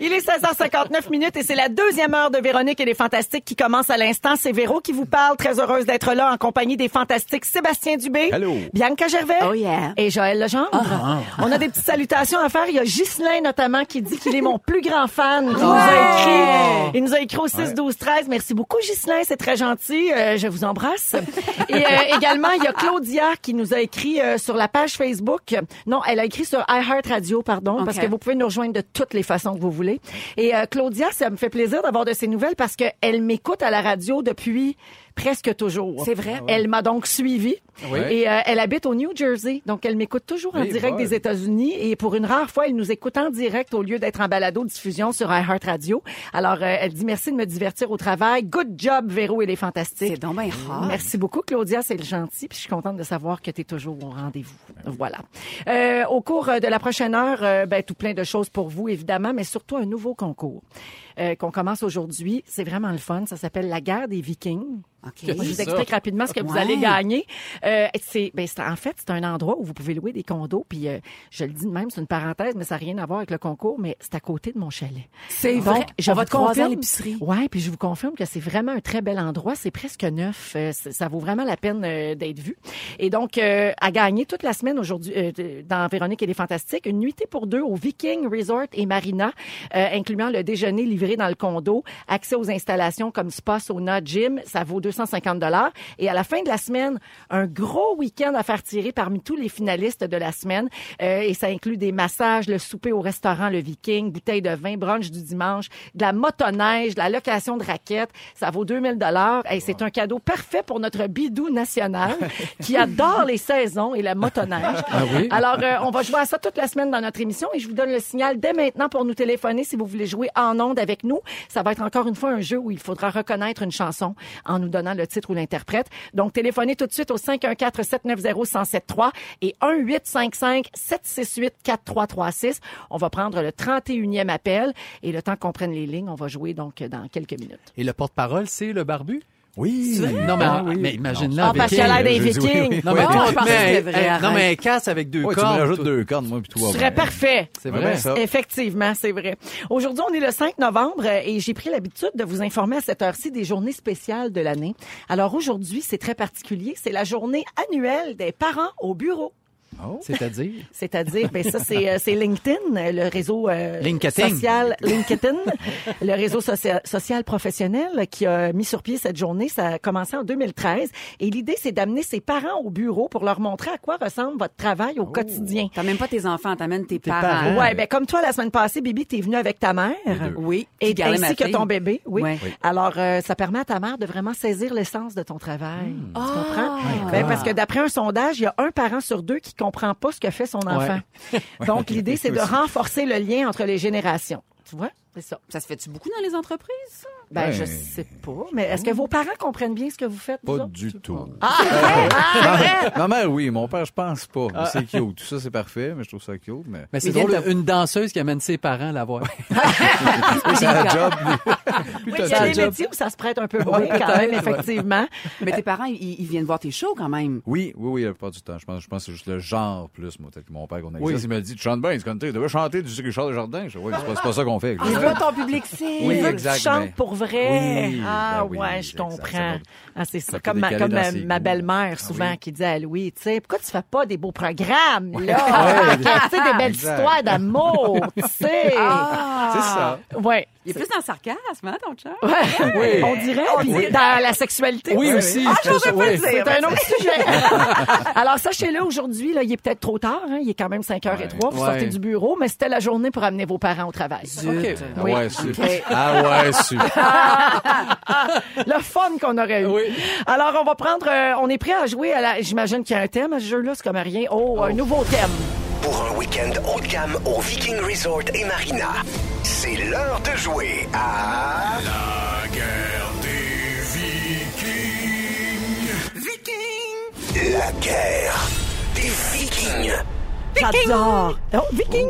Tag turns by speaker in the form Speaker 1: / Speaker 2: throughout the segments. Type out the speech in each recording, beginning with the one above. Speaker 1: Il est 16h59 minutes et c'est la deuxième heure de Véronique et les Fantastiques qui commence à l'instant. C'est Véro qui vous parle. Très heureuse d'être là en compagnie des Fantastiques Sébastien Dubé,
Speaker 2: Allô.
Speaker 1: Bianca Gervais
Speaker 3: Oh yeah. Ah,
Speaker 1: et Joël Legendre. On a des petites salutations à faire. Il y a Ghislain notamment qui dit qu'il est mon plus grand fan. Il nous a écrit, il nous a écrit au 6 12 13. Merci beaucoup Ghislain, c'est très gentil. Euh, je vous embrasse. et euh, également, il y a Claudia qui nous a écrit euh, sur la page Facebook. Non, elle a écrit sur iHeart Radio, pardon, parce
Speaker 3: Ok.
Speaker 1: que vous vous pouvez nous rejoindre de toutes les façons que vous voulez. Et euh, Claudia, ça me fait plaisir d'avoir de ces nouvelles parce qu'elle m'écoute à la radio depuis presque toujours.
Speaker 3: C'est vrai.
Speaker 1: Elle m'a donc suivie
Speaker 2: Oui.
Speaker 1: et euh, elle habite au New Jersey. Donc, elle m'écoute toujours en
Speaker 2: Les
Speaker 1: direct
Speaker 2: vols.
Speaker 1: des États-Unis et pour une rare fois, elle nous écoute en direct au lieu d'être en balado-diffusion sur iHeartRadio. Alors, euh, elle dit merci de me divertir au travail. Good job, Véro, il est fantastique.
Speaker 3: C'est donc bien rare.
Speaker 1: Merci beaucoup, Claudia. C'est le gentil. Puis je suis contente de savoir que tu es toujours au rendez-vous. Voilà. Euh, au cours de la prochaine heure, euh, ben, tout plein de choses pour vous, évidemment, mais surtout un nouveau concours euh, qu'on commence aujourd'hui. C'est vraiment le fun. Ça s'appelle La guerre des Vikings.
Speaker 3: OK.
Speaker 1: Je vous explique rapidement ce que vous
Speaker 3: Ouais.
Speaker 1: allez gagner. Euh, c'est, ben, c'est- en fait, c'est un endroit où vous pouvez louer des condos. Puis, euh, je le dis de même, c'est une parenthèse, mais ça n'a rien à voir avec le concours, mais c'est à côté de mon chalet.
Speaker 3: C'est
Speaker 1: Donc,
Speaker 3: vrai.
Speaker 1: je
Speaker 3: On
Speaker 1: vous
Speaker 3: va te croiser à
Speaker 1: confirme-
Speaker 3: l'épicerie.
Speaker 1: Ouais, puis je vous confirme que c'est vraiment un très bel endroit. C'est presque neuf. Euh, c- ça vaut vraiment la peine euh, d'être vu. Et donc, euh, à gagner toute la semaine aujourd'hui euh, de- dans Véronique et les Fantastiques, une nuitée pour deux au Viking Resort et Marina, euh, incluant le déjeuner livré dans le condo, accès aux installations comme spa, sauna, gym. Ça vaut 250 dollars. Et à la fin de la semaine, un gros week-end à faire tirer parmi tous les finalistes de la semaine. Euh, et ça inclut des massages, le souper au restaurant Le Viking, bouteille de vin, brunch du dimanche, de la motoneige, de la location de raquettes. Ça vaut 2000 dollars. et c'est un cadeau parfait pour notre bidou national qui adore les saisons et la motoneige.
Speaker 2: oui?
Speaker 1: Alors, euh, on va jouer à ça toute la semaine dans notre émission et je vous donne le signal dès maintenant pour nous téléphoner si vous voulez jouer en ondes avec nous. Ça va être encore une fois un jeu où il faudra reconnaître une chanson en nous donnant le titre ou l'interprète. Donc, téléphonez tout de suite au 514-790-1073 et 1-855-768-4336. On va prendre le 31e appel et le temps qu'on prenne les lignes, on va jouer donc dans quelques minutes.
Speaker 4: Et le porte-parole, c'est le barbu?
Speaker 2: Oui.
Speaker 4: Non, mais,
Speaker 2: Ah, oui.
Speaker 4: mais imagine-le
Speaker 1: Ah,
Speaker 4: avec
Speaker 1: parce qu'il a l'air
Speaker 4: elle.
Speaker 1: des
Speaker 2: je- oui,
Speaker 1: vikings.
Speaker 2: oui.
Speaker 4: Non, mais,
Speaker 3: Ouais,
Speaker 4: toi,
Speaker 3: je pensais
Speaker 4: mais-
Speaker 3: que c'était vrai,
Speaker 4: eh, non,
Speaker 3: arrête.
Speaker 4: mais elle casse avec deux
Speaker 2: Ouais, tu me
Speaker 4: cordes.
Speaker 2: rajoutes
Speaker 4: toi.
Speaker 2: deux cordes, moi, puis toi. ben,
Speaker 1: Ce serait parfait.
Speaker 4: C'est
Speaker 2: Ouais,
Speaker 4: vrai.
Speaker 2: ça.
Speaker 1: Effectivement, c'est vrai. Aujourd'hui, on est le 5 novembre euh, et j'ai pris l'habitude de vous informer à cette heure-ci des journées spéciales de l'année. Alors aujourd'hui, c'est très particulier. C'est la journée annuelle des parents au bureau.
Speaker 4: C'est-à-dire?
Speaker 1: C'est-à-dire, ben ça, c'est euh, c'est LinkedIn, euh, le réseau euh,
Speaker 4: LinkedIn.
Speaker 1: social, LinkedIn, le réseau social, social professionnel qui a mis sur pied cette journée. Ça a commencé en 2013. Et l'idée, c'est d'amener ses parents au bureau pour leur montrer à quoi ressemble votre travail
Speaker 4: Oh,
Speaker 1: au quotidien.
Speaker 3: T'as même pas tes enfants, t'amènes tes, parents.
Speaker 4: parents.
Speaker 1: Ouais, ben comme toi la semaine passée, Bibi, t'es venue avec ta mère.
Speaker 3: Oui.
Speaker 1: Et
Speaker 3: Puis garder ma
Speaker 1: ainsi que
Speaker 3: fille.
Speaker 1: ton bébé, oui.
Speaker 3: Ouais.
Speaker 1: Alors, euh, ça permet à ta mère de vraiment saisir l'essence de ton travail. Tu comprends? Ben, parce que d'après un sondage, il y a un parent sur deux qui comprend pas ce que fait son enfant. Donc, l'idée, c'est de renforcer le lien entre les générations. Tu vois? C'est ça.
Speaker 3: Ça se fait-tu beaucoup dans les entreprises? ça?
Speaker 1: Ben,
Speaker 2: Ouais.
Speaker 1: je sais pas. Mais est-ce que vos parents comprennent bien ce que vous faites? vous
Speaker 2: Pas
Speaker 1: autres?
Speaker 2: du tout. Ah.
Speaker 4: Ah,
Speaker 2: ma, ma mère, oui. Mon père, je pense pas. Mais C'est cute. Tout ça, c'est parfait, mais je trouve ça cute. Mais
Speaker 4: Ah. Mais c'est
Speaker 3: Mais
Speaker 4: drôle,
Speaker 3: viens de-
Speaker 4: une danseuse qui amène ses parents la voir.
Speaker 2: c'est la job.
Speaker 1: Oui, il
Speaker 2: Putain,
Speaker 1: y
Speaker 2: c'est
Speaker 1: a
Speaker 2: la
Speaker 1: des
Speaker 2: job.
Speaker 1: métiers où ça se prête un peu moins quand même, effectivement.
Speaker 3: Mais tes parents, ils, ils viennent voir tes shows quand même.
Speaker 2: Oui, oui, oui, la plupart du temps. Je pense, je pense que c'est juste le genre plus, moi, peut-être que mon père qu'on a
Speaker 4: Oui.
Speaker 2: Il m'a dit, tu chantes bien, tu connais, tu devais chanter du Richard Jardin. Je dis, oui, c'est pas, c'est pas ça qu'on fait.
Speaker 3: Ils
Speaker 4: Ah,
Speaker 3: voient ton public cible.
Speaker 2: Oui,
Speaker 1: Il veut que
Speaker 2: exact,
Speaker 1: tu chantes
Speaker 2: mais-
Speaker 1: pour vrai.
Speaker 2: Oui,
Speaker 1: ah
Speaker 2: ben oui,
Speaker 1: ouais, je
Speaker 2: exact, ça
Speaker 1: comprends.
Speaker 2: va-
Speaker 1: Ah, c'est ça.
Speaker 2: peut
Speaker 1: Comme ma,
Speaker 2: décaler
Speaker 1: comme
Speaker 2: dans
Speaker 1: ma,
Speaker 2: ses
Speaker 1: ma
Speaker 2: goûts.
Speaker 1: belle-mère,
Speaker 2: Ah
Speaker 1: souvent,
Speaker 2: oui.
Speaker 1: qui dit à Louis, tu sais, pourquoi tu fais pas des beaux programmes, là? Ah, Tu sais, des belles
Speaker 2: Exact.
Speaker 1: histoires d'amour, tu sais.
Speaker 3: Ah!
Speaker 2: C'est ça.
Speaker 1: Ouais.
Speaker 3: Il est plus dans le sarcasme, hein, ton chat?
Speaker 1: Ouais. On dirait, puis dans la sexualité.
Speaker 4: Oui, aussi.
Speaker 1: Ah,
Speaker 4: je
Speaker 1: j'osais
Speaker 4: pense-
Speaker 1: pas
Speaker 4: oui.
Speaker 1: le dire. C'est un autre sujet. Alors, sachez-le, aujourd'hui, là, il est peut-être trop tard. hein, il est quand même 5h03. Vous
Speaker 4: Ouais.
Speaker 1: sortez du bureau, mais c'était la journée pour amener vos parents au travail.
Speaker 3: Zut.
Speaker 2: Ah
Speaker 1: Oui.
Speaker 2: ouais, super. Ah ouais, super.
Speaker 1: le fun qu'on aurait eu. Alors, on va prendre. euh, on est prêt à jouer à la. J'imagine qu'il y a un thème à ce jeu-là, c'est comme rien. Oh, un nouveau thème.
Speaker 5: Pour un week-end haut de gamme au Viking Resort et Marina, c'est l'heure de jouer à... La guerre des Vikings. Vikings! La guerre des Vikings.
Speaker 1: J'adore. Oh, Viking!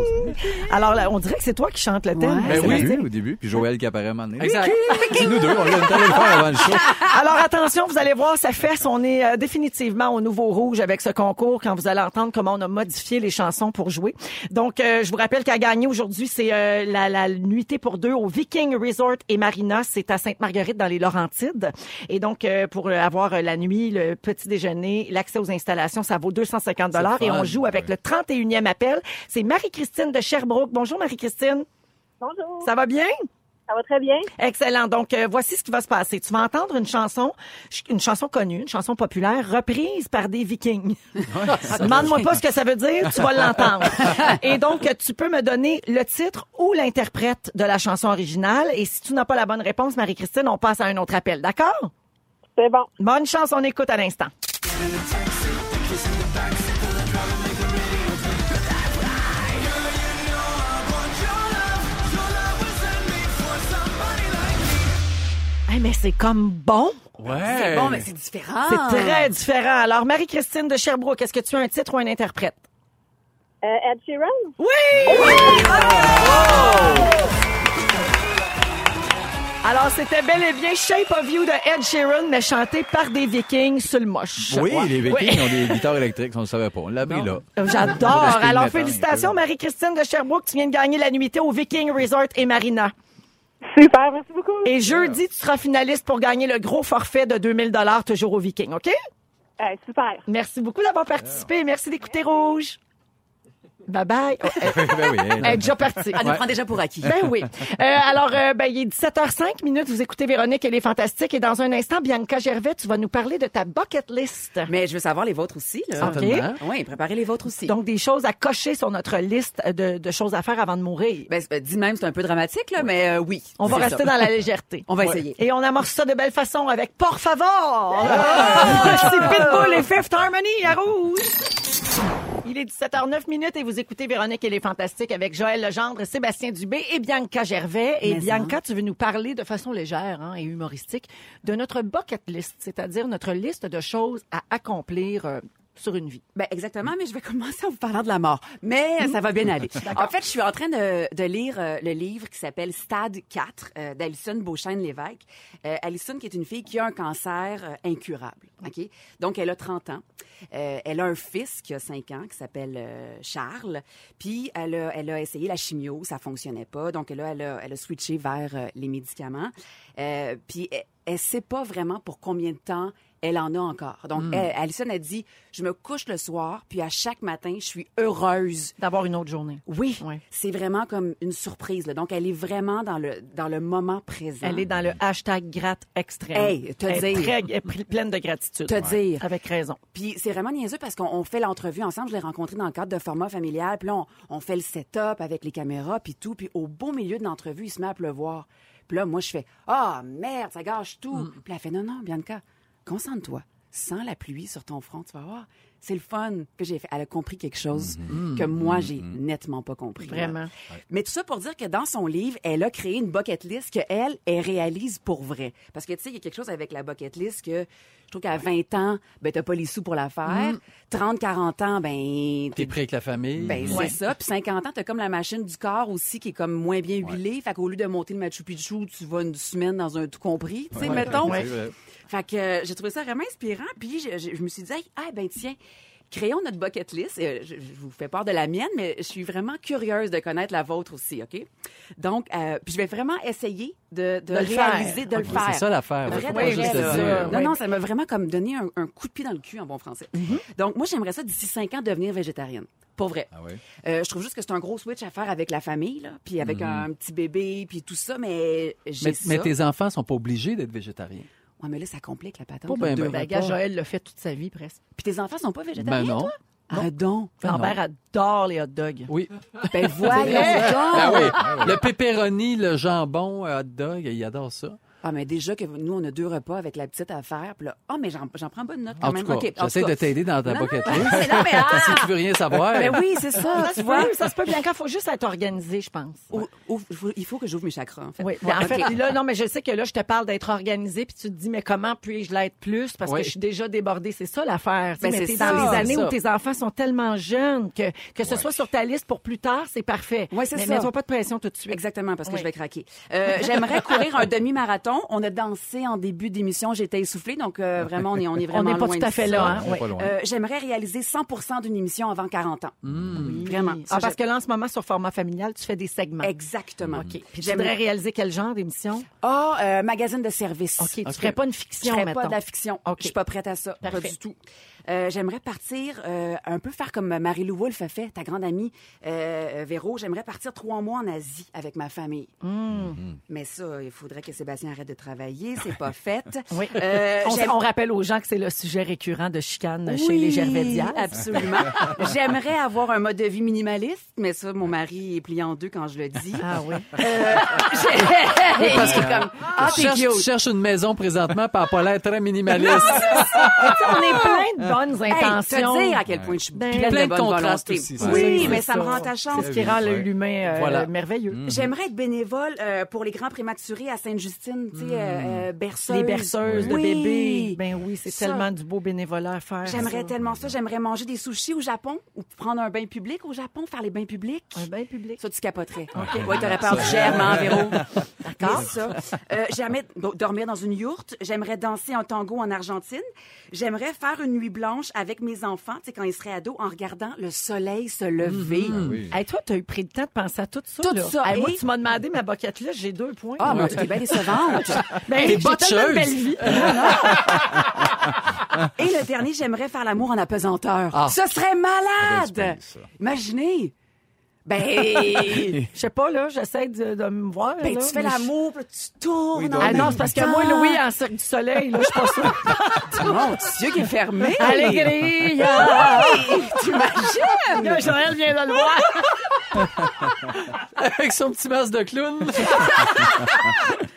Speaker 1: Alors, là, on dirait que c'est toi qui chantes le thème.
Speaker 3: Ouais.
Speaker 2: Ben oui,
Speaker 1: Sébastien.
Speaker 2: au début, puis Joël qui apparaît à un moment donné.
Speaker 4: Exact.
Speaker 2: C'est nous deux, on l'a tenté de le faire avant le show.
Speaker 1: Alors attention, vous allez voir, sa fesse, on est euh, définitivement au nouveau rouge avec ce concours quand vous allez entendre comment on a modifié les chansons pour jouer. Donc, euh, je vous rappelle qu'à gagner aujourd'hui, c'est euh, la, la nuitée pour deux au Viking Resort et Marina. C'est à Sainte-Marguerite dans les Laurentides. Et donc, euh, pour euh, avoir euh, la nuit, le petit déjeuner, l'accès aux installations, ça vaut 250 dollars et
Speaker 4: fun,
Speaker 1: on joue avec le 31e appel. C'est Marie-Christine de Sherbrooke. Bonjour Marie-Christine.
Speaker 6: Bonjour,
Speaker 1: Ça va bien?
Speaker 6: ça va très bien.
Speaker 1: Excellent. Donc, euh, voici ce qui va se passer. Tu vas entendre une chanson, ch- une chanson connue, une chanson populaire, reprise par des Vikings. Demande-moi pas ce que ça veut dire, tu vas l'entendre. Et donc, euh, tu peux me donner le titre ou l'interprète de la chanson originale. Et si tu n'as pas la bonne réponse, Marie-Christine, on passe à un autre appel. D'accord?
Speaker 6: C'est bon.
Speaker 1: Bonne chance, on écoute à l'instant. Hey, Eh, mais c'est comme bon.
Speaker 4: Ouais.
Speaker 3: C'est bon, mais c'est différent.
Speaker 1: C'est très différent. Alors, Marie-Christine de Sherbrooke, est-ce que tu as un titre ou un interprète?
Speaker 6: Euh, Ed Sheeran?
Speaker 1: Oui! Alors, c'était bel et bien Shape of You de Ed Sheeran, mais chanté par des Vikings sur le moche.
Speaker 2: Oui,
Speaker 1: Ouais. Euh,
Speaker 2: les Vikings ont des guitares électriques, on ne le savait pas. On l'a pris là. On va
Speaker 1: J'adore. Alors,
Speaker 2: respirer maintenant,
Speaker 1: félicitations,
Speaker 2: un peu.
Speaker 1: Marie-Christine de Sherbrooke. Tu viens de gagner la nuitée au Viking Resort et Marina.
Speaker 6: Super, merci beaucoup.
Speaker 1: Et jeudi, tu seras finaliste pour gagner le gros forfait de 2000 toujours au Viking, OK?
Speaker 6: Euh, super.
Speaker 1: Merci beaucoup d'avoir participé. Merci d'écouter Rouge. Bye-bye. Oh,
Speaker 3: Eh,
Speaker 1: elle-
Speaker 2: Ben oui, hey,
Speaker 1: elle est déjà partie.
Speaker 3: Elle nous prend déjà pour acquis.
Speaker 1: Ben oui. Euh, alors, euh, ben, il est 17h05 minutes. Vous écoutez Véronique, elle est fantastique. Et dans un instant, Bianca Gervais, tu vas nous parler de ta bucket list.
Speaker 3: Mais je veux savoir les vôtres aussi. Là.
Speaker 1: OK.
Speaker 3: Oui, préparez les vôtres aussi.
Speaker 1: Donc, des choses à cocher sur notre liste de, de choses à faire avant de mourir.
Speaker 3: ben, c'est- ben, dis même, c'est un peu dramatique, là, mais euh, oui.
Speaker 1: On va
Speaker 3: c'est
Speaker 1: rester
Speaker 3: ça.
Speaker 1: dans la légèreté.
Speaker 3: On va essayer.
Speaker 1: Et on amorce ça de belle façon avec Por favor. Ah! C'est Pitbull et Fifth Harmony à rouge. Il est 17h09 minutes et vous écoutez Véronique et les Fantastiques avec Joël Legendre, Sébastien Dubé et Bianca Gervais. Et
Speaker 3: Mais hein?
Speaker 1: Bianca, tu veux nous parler de façon légère hein, et humoristique de notre bucket list, c'est-à-dire notre liste de choses à accomplir euh, sur une vie.
Speaker 3: Ben exactement, mais je vais commencer en vous parlant de la mort. Mais euh, ça va bien aller. En fait, je suis en train de, de lire euh, le livre qui s'appelle Stade 4 euh, d'Alison Beauchesne-Lévesque. Euh, Alison, qui est une fille qui a un cancer euh, incurable. ok Donc, elle a 30 ans. Euh, elle a un fils qui a 5 ans, qui s'appelle euh, Charles. Puis, elle a, elle a essayé la chimio, ça fonctionnait pas. Donc, là, elle a, elle a switché vers euh, les médicaments. Euh, puis, elle- elle sait pas vraiment pour combien de temps elle en a encore.
Speaker 1: Hmm.
Speaker 3: Donc, elle- Alison a dit, je me couche le soir, puis à chaque matin, je suis heureuse.
Speaker 1: D'avoir une autre journée.
Speaker 3: Oui,
Speaker 1: Ouais.
Speaker 3: c'est vraiment comme une surprise. là. Donc, elle est vraiment dans le, dans le moment présent.
Speaker 1: Elle est dans le hashtag gratte extrême.
Speaker 3: Hey, te
Speaker 1: Elle est
Speaker 3: dire.
Speaker 1: très- elle est pleine de gratitude.
Speaker 3: Te dire.
Speaker 1: Avec raison.
Speaker 3: Puis c'est vraiment niaiseux parce qu'on on fait l'entrevue ensemble. Je l'ai rencontré dans le cadre de format familial. Puis là, on, on fait le setup avec les caméras, puis tout. Puis au beau milieu de l'entrevue, il se met à pleuvoir. Puis là, moi, je fais Ah, merde, ça gâche tout. Puis elle fait Non, non, Bianca, concentre-toi. Sans la pluie sur ton front, tu vas voir. C'est le fun. Puis j'ai fait, elle a compris quelque chose que moi, j'ai nettement pas compris. là.
Speaker 1: Vraiment.
Speaker 3: Mais tout ça pour dire que dans son livre, elle a créé une bucket list que elle, elle réalise pour vrai. Parce que tu sais, il y a quelque chose avec la bucket list que je trouve qu'à 20 ans, ben t'as pas les sous pour la faire. 30, 40 ans, ben
Speaker 4: Mm. T'es
Speaker 3: t'es
Speaker 4: pris avec la famille.
Speaker 3: ben, c'est ça. Puis 50 ans, t'as comme la machine du corps aussi qui est comme moins bien huilée. Fait qu'au lieu de monter le Machu Picchu, tu vas une semaine dans un tout compris, tu sais,
Speaker 2: Ah,
Speaker 3: mettons.
Speaker 2: c'est vrai.
Speaker 3: Fait que euh, j'ai trouvé ça vraiment inspirant. Puis je, je- je me suis dit, Hey, ah ben tiens, créons notre bucket list. Euh, je, je vous fais part de la mienne, mais je suis vraiment curieuse de connaître la vôtre aussi, ok Donc, euh, puis je vais vraiment essayer de, de
Speaker 1: De le
Speaker 3: réaliser, de le
Speaker 4: Ouais,
Speaker 3: faire.
Speaker 4: C'est ça l'affaire.
Speaker 3: Vrai
Speaker 4: Faut
Speaker 3: de
Speaker 4: pas
Speaker 3: vrai,
Speaker 4: juste
Speaker 3: là.
Speaker 4: te dire.
Speaker 3: Non, non, ça m'a vraiment comme donné un, un coup de pied dans le cul en bon français.
Speaker 4: Mm-hmm.
Speaker 3: Donc, moi, j'aimerais ça d'ici cinq ans devenir végétarienne. Pour vrai.
Speaker 2: Ah ouais?
Speaker 3: Euh, je trouve juste que c'est un gros switch à faire avec la famille, là, puis avec un petit bébé, puis tout ça, mais j'ai
Speaker 4: Mm-hmm. Mais,
Speaker 3: ça.
Speaker 4: mais tes enfants sont pas obligés d'être végétariens.
Speaker 3: Ouais, mais là, ça complique la patente.
Speaker 4: Pas ben,
Speaker 3: là.
Speaker 4: ben.
Speaker 1: Ben, gars, Joël le fait toute sa vie presque.
Speaker 3: Puis tes enfants sont pas végétariens,
Speaker 4: Ben non.
Speaker 3: toi? Arrête donc.
Speaker 4: Ben non.
Speaker 1: Lambert adore les hot dogs.
Speaker 4: Oui.
Speaker 3: Ben voilà
Speaker 4: Ah
Speaker 3: donc.
Speaker 4: oui. Le pepperoni, le jambon, euh, hot dog, il adore ça.
Speaker 3: Ah, mais déjà que nous, on a deux repas avec la petite à faire. Puis là, ah, mais j'en j'en prends bonne note quand
Speaker 4: En
Speaker 3: même.
Speaker 4: tout cas,
Speaker 3: Ok, en
Speaker 4: j'essaie
Speaker 3: tout cas.
Speaker 4: de t'aider dans ta
Speaker 3: Non,
Speaker 4: bucket
Speaker 3: non,
Speaker 4: list.
Speaker 3: mais non, mais ah!
Speaker 4: si tu veux rien savoir. eh
Speaker 3: Ben oui, c'est ça,
Speaker 1: Ça se
Speaker 3: tu vois.
Speaker 1: peut, ça se peut bien quand faut juste être organisé, je pense.
Speaker 3: Ou- ouvre- il faut- il faut que j'ouvre mes chakras, en fait.
Speaker 1: Oui, mais en
Speaker 3: Ok.
Speaker 1: fait, là, non, mais je sais que là, je te parle d'être organisé, puis tu te dis, mais comment puis-je l'être plus? Parce que
Speaker 4: Oui.
Speaker 1: je suis déjà débordée. C'est ça l'affaire. Tu sais,
Speaker 3: Ben,
Speaker 1: mais
Speaker 3: c'est
Speaker 1: t'es
Speaker 3: ça,
Speaker 1: dans les
Speaker 3: c'est
Speaker 1: années où
Speaker 3: ça.
Speaker 1: tes enfants sont tellement jeunes que, que ce soit sur ta liste pour plus tard, c'est parfait.
Speaker 3: Ouais, c'est
Speaker 1: mais
Speaker 3: ça.
Speaker 1: mets-toi pas de pression tout de suite.
Speaker 3: Exactement, parce que
Speaker 1: Oui.
Speaker 3: je vais craquer. Euh, J'aimerais courir un demi-marathon. On a dansé en début d'émission, j'étais essoufflée, donc euh, vraiment, on est, on est
Speaker 1: On
Speaker 3: vraiment
Speaker 1: n'est pas
Speaker 3: loin
Speaker 1: tout à
Speaker 3: de
Speaker 1: fait
Speaker 3: ça.
Speaker 1: là, hein?
Speaker 2: On est
Speaker 1: Oui.
Speaker 2: pas loin.
Speaker 3: Euh, J'aimerais réaliser 100 d'une émission avant 40 ans.
Speaker 4: Hmm.
Speaker 3: Vraiment.
Speaker 1: Oui.
Speaker 3: Ça,
Speaker 1: Ah, parce
Speaker 3: j'ai-
Speaker 1: que là, en ce moment, sur format familial, tu fais des segments.
Speaker 3: Exactement.
Speaker 1: OK. Puis tu voudrais
Speaker 3: J'aimerais...
Speaker 1: réaliser quel genre d'émission?
Speaker 3: Ah, euh, magazine de service.
Speaker 1: OK. Tu ferais pas une
Speaker 3: Je
Speaker 1: fiction,
Speaker 3: ferais
Speaker 1: mettons.
Speaker 3: pas de la fiction.
Speaker 1: OK.
Speaker 3: Je suis pas prête à ça.
Speaker 1: Parfait.
Speaker 3: Pas du tout. Euh, J'aimerais partir euh, un peu faire comme Marie-Lou Wolfe a fait, ta grande amie euh, Véro. J'aimerais partir trois mois en Asie avec ma famille.
Speaker 1: Hmm.
Speaker 3: Mais ça, il faudrait que Sébastien arrête de travailler. C'est pas fait.
Speaker 1: Oui.
Speaker 3: Euh,
Speaker 1: on,
Speaker 3: j'aime-
Speaker 1: on rappelle aux gens que c'est le sujet récurrent de chicane chez les Gervais-Diaz.
Speaker 3: Ah Absolument. J'aimerais avoir un mode de vie minimaliste, mais ça, mon mari est plié en deux quand je le dis.
Speaker 1: Ah oui.
Speaker 3: J'ai- Il est comme, ah,
Speaker 4: Tu
Speaker 3: t'es
Speaker 4: cherches, tu
Speaker 3: cute.
Speaker 4: cherches une maison présentement, puis elle a pas l'air très minimaliste.
Speaker 1: Tu sais, on est plein de bonnes
Speaker 3: Ah. Hey,
Speaker 1: intentions.
Speaker 3: te dire à quel point je suis
Speaker 1: Ben,
Speaker 3: pleine
Speaker 4: plein
Speaker 3: de
Speaker 4: de
Speaker 3: bonne
Speaker 4: contrastes
Speaker 3: volonté.
Speaker 4: aussi, ça.
Speaker 3: Oui,
Speaker 1: C'est
Speaker 3: mais ça, me rend
Speaker 1: C'est
Speaker 3: ta chance.
Speaker 1: ce qui rend le- l'humain euh,
Speaker 4: Voilà. Mm.
Speaker 1: merveilleux.
Speaker 3: J'aimerais être bénévole euh, pour les grands prématurés à Sainte-Justine, tu sais, euh, euh, berceuses.
Speaker 1: Les berceuses de
Speaker 3: Oui.
Speaker 1: bébés. Mm. Ben oui, c'est
Speaker 3: Ça.
Speaker 1: tellement du beau bénévolat à faire.
Speaker 3: J'aimerais
Speaker 1: ça.
Speaker 3: tellement ça. J'aimerais manger des sushis au Japon ou prendre un bain public au Japon, faire les bains publics.
Speaker 1: Un bain public.
Speaker 3: Ça, tu capoterais. Oui, t'aurais peur du germe, hein, Véro. D'accord. ça. Euh, j'aimerais do- dormir dans une yourte. J'aimerais danser un tango en Argentine. J'aimerais faire une nuit blanche avec mes enfants, tu sais, quand ils seraient ados, en regardant le soleil se lever.
Speaker 2: Mm-hmm. Ah Oui.
Speaker 1: Hey, toi, t'as eu pris le temps de penser à tout ça.
Speaker 3: Tout
Speaker 1: là.
Speaker 3: ça,
Speaker 1: Hey, Moi,
Speaker 3: et-
Speaker 1: tu m'as demandé ma bucket list, j'ai deux points.
Speaker 3: Ah, mon Dieu, t'es bien décevante.
Speaker 4: T'es
Speaker 1: Ben, j'ai tellement
Speaker 4: botcheuse.
Speaker 1: une belle vie.
Speaker 3: Et le dernier, j'aimerais faire l'amour en apesanteur.
Speaker 4: Ah.
Speaker 3: Ce serait
Speaker 2: Ah,
Speaker 3: malade!
Speaker 2: ben, c'est bien, ça.
Speaker 3: Imaginez! Ben,
Speaker 1: Je sais pas, là, j'essaie de, de me voir.
Speaker 3: ben
Speaker 1: là,
Speaker 3: tu fais
Speaker 1: mais je-
Speaker 3: l'amour, puis tu tournes.
Speaker 2: Oui, donc,
Speaker 1: Ah non,
Speaker 3: en
Speaker 1: c'est parce que
Speaker 3: même
Speaker 1: moi,
Speaker 3: temps.
Speaker 1: Louis, en cercle du soleil, là, je suis pas sûre.
Speaker 3: Mon Dieu, qui est fermé!
Speaker 1: Allégria!
Speaker 3: T'imagines?
Speaker 1: Là, Joël vient de le voir.
Speaker 4: Avec son petit masque de clown.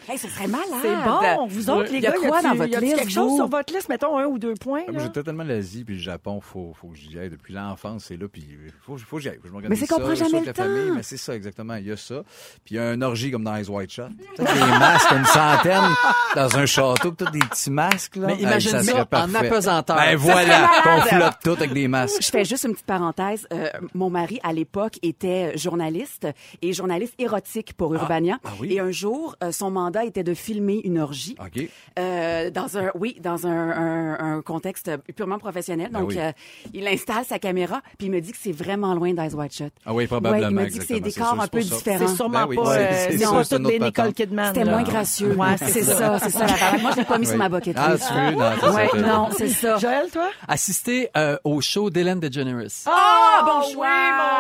Speaker 3: Hey, ce serait malade!
Speaker 1: C'est bon. Vous autres, les
Speaker 3: Il y a
Speaker 1: gars,
Speaker 3: quoi
Speaker 1: y a-tu-
Speaker 3: dans votre
Speaker 1: y a-tu
Speaker 3: liste,
Speaker 1: quelque chose
Speaker 3: vous?
Speaker 1: sur votre liste? Mettons un ou deux points.
Speaker 2: Ah,
Speaker 1: là?
Speaker 2: moi, J'ai totalement l'Asie puis le Japon, faut, faut que j'y aille. Depuis l'enfance, c'est là, puis il faut, faut que j'y aille. Faut que je m'organise
Speaker 3: Mais c'est qu'on
Speaker 2: ça,
Speaker 3: prend
Speaker 2: je suis
Speaker 3: jamais
Speaker 2: avec
Speaker 3: le
Speaker 2: la famille,
Speaker 3: temps.
Speaker 2: mais c'est ça, exactement. Il y a ça. Puis il y a un orgie comme dans Ice White Shot. Peut-être des masques, une centaine, dans un château, peut-être des petits masques, là.
Speaker 4: Mais imagine ça
Speaker 2: serait
Speaker 4: en
Speaker 2: parfait.
Speaker 4: apesanteur.
Speaker 2: Ben
Speaker 4: Ça
Speaker 2: voilà,
Speaker 3: serait
Speaker 2: qu'on
Speaker 3: malade.
Speaker 2: flotte tout avec des masques.
Speaker 3: Je fais juste une petite parenthèse. Euh,
Speaker 2: Ah.
Speaker 3: mon mari, à l'époque, était euh, journaliste et journaliste érotique pour Urbania.
Speaker 2: ah oui?
Speaker 3: Et un jour, euh, son mandat était de filmer une orgie.
Speaker 2: OK.
Speaker 3: Euh, dans un, oui, dans un, un- un contexte purement professionnel.
Speaker 2: Ben
Speaker 3: Donc,
Speaker 2: oui.
Speaker 3: euh, il installe sa caméra, puis il me dit que c'est vraiment loin d'Eyes Wide Shut.
Speaker 2: Ah oui, probablement.
Speaker 3: Ouais, il me dit que c'est
Speaker 2: exactement,
Speaker 3: des
Speaker 2: sûr,
Speaker 3: corps un
Speaker 2: c'est
Speaker 3: peu
Speaker 2: pour ça.
Speaker 3: différents.
Speaker 1: C'est sûrement
Speaker 2: Ben oui,
Speaker 1: pas,
Speaker 2: c'est-
Speaker 1: euh,
Speaker 2: c'est
Speaker 1: c'est
Speaker 2: ça,
Speaker 1: pas
Speaker 2: c'est
Speaker 1: toutes
Speaker 2: une autre
Speaker 1: des Nicole
Speaker 2: patente.
Speaker 1: Kidman.
Speaker 3: C'était
Speaker 1: là.
Speaker 3: moins gracieux.
Speaker 1: Ouais,
Speaker 3: c'est ça, c'est ça la valeur. Moi, je l'ai pas mis sur
Speaker 2: Oui.
Speaker 3: ma bucket
Speaker 2: Ah,
Speaker 3: list.
Speaker 2: tu veux, non, c'est ça,
Speaker 3: Ouais,
Speaker 2: t'as-
Speaker 3: non, c'est ça.
Speaker 1: Joël, toi?
Speaker 4: Assister euh, au show d'Hélène DeGeneres.
Speaker 3: Ah, bon
Speaker 1: oui,
Speaker 3: choix!